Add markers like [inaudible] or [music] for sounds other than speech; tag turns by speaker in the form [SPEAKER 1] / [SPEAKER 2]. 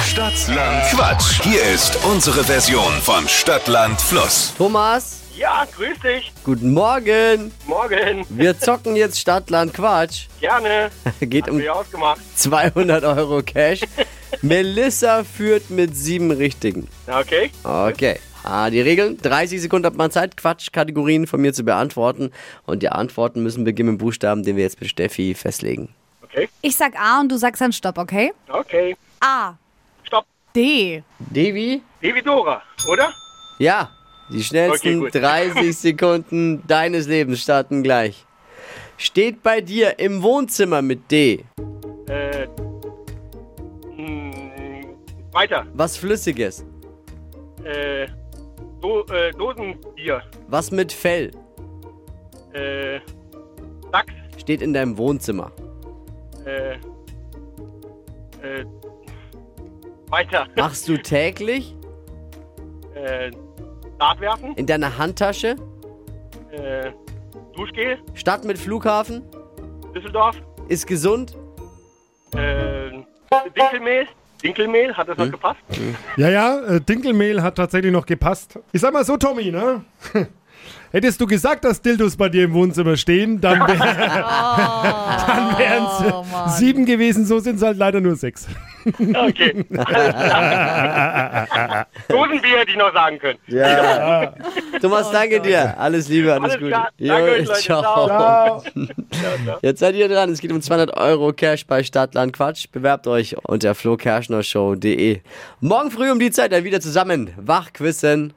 [SPEAKER 1] Stadtland Quatsch. Hier ist unsere Version von Stadtland Fluss.
[SPEAKER 2] Thomas,
[SPEAKER 3] Ja, grüß dich.
[SPEAKER 2] guten Morgen.
[SPEAKER 3] Morgen. [laughs]
[SPEAKER 2] Wir zocken jetzt Stadtland Quatsch.
[SPEAKER 3] Gerne.
[SPEAKER 2] [laughs] Geht
[SPEAKER 3] Haben
[SPEAKER 2] um
[SPEAKER 3] wir ausgemacht.
[SPEAKER 2] 200 Euro Cash. Melissa führt mit sieben Richtigen.
[SPEAKER 3] Na, Okay.
[SPEAKER 2] Okay. Ah, die Regeln. 30 Sekunden hat man Zeit, Quatschkategorien von mir zu beantworten. Und die Antworten müssen beginnen mit Buchstaben, den wir jetzt mit Steffi festlegen.
[SPEAKER 3] Okay.
[SPEAKER 4] Ich sag A und du sagst dann Stopp, okay?
[SPEAKER 3] Okay.
[SPEAKER 4] A.
[SPEAKER 3] Stopp.
[SPEAKER 4] D.
[SPEAKER 2] Devi?
[SPEAKER 3] Dividora, oder?
[SPEAKER 2] Ja, die schnellsten
[SPEAKER 3] Okay, gut. [laughs]
[SPEAKER 2] 30 Sekunden deines Lebens starten gleich. Steht bei dir im Wohnzimmer mit D
[SPEAKER 3] Äh. Mh, weiter.
[SPEAKER 2] was Flüssiges,
[SPEAKER 3] Äh. Do, äh Dosenbier.
[SPEAKER 2] was mit Fell
[SPEAKER 3] Äh. Dachs.
[SPEAKER 2] steht in deinem Wohnzimmer.
[SPEAKER 3] Äh. Äh. Weiter.
[SPEAKER 2] Machst du täglich
[SPEAKER 3] Äh. Dart werfen.
[SPEAKER 2] in deiner Handtasche?
[SPEAKER 3] Äh. Duschgel.
[SPEAKER 2] Stadt mit Flughafen?
[SPEAKER 3] Düsseldorf.
[SPEAKER 2] Ist gesund?
[SPEAKER 3] Äh. Dinkelmehl. Dinkelmehl, hat das
[SPEAKER 2] Hm.
[SPEAKER 3] noch gepasst?
[SPEAKER 5] Ja, ja, äh, Dinkelmehl hat tatsächlich noch gepasst. Ich sag mal so, Tommy, ne? [laughs] Hättest du gesagt, dass Dildos bei dir im Wohnzimmer stehen,
[SPEAKER 4] [laughs]
[SPEAKER 5] dann [laughs] wären
[SPEAKER 4] Dann oh,
[SPEAKER 5] es
[SPEAKER 4] Mann.
[SPEAKER 5] sieben gewesen, so sind es halt leider nur sechs.
[SPEAKER 3] Okay. Dosenbier hätte ich noch sagen können.
[SPEAKER 2] Ja. [laughs] Thomas, danke dir. Alles Liebe, alles,
[SPEAKER 3] Oh, Alles
[SPEAKER 2] Gute.
[SPEAKER 3] klar. Danke euch, Leute. Ciao.
[SPEAKER 2] Jetzt seid ihr dran. Es geht um 200 Euro Cash bei Stadtland Quatsch. Bewerbt euch unter flokerschnershow.de. Morgen früh um die Zeit dann wieder zusammen. Wachquissen.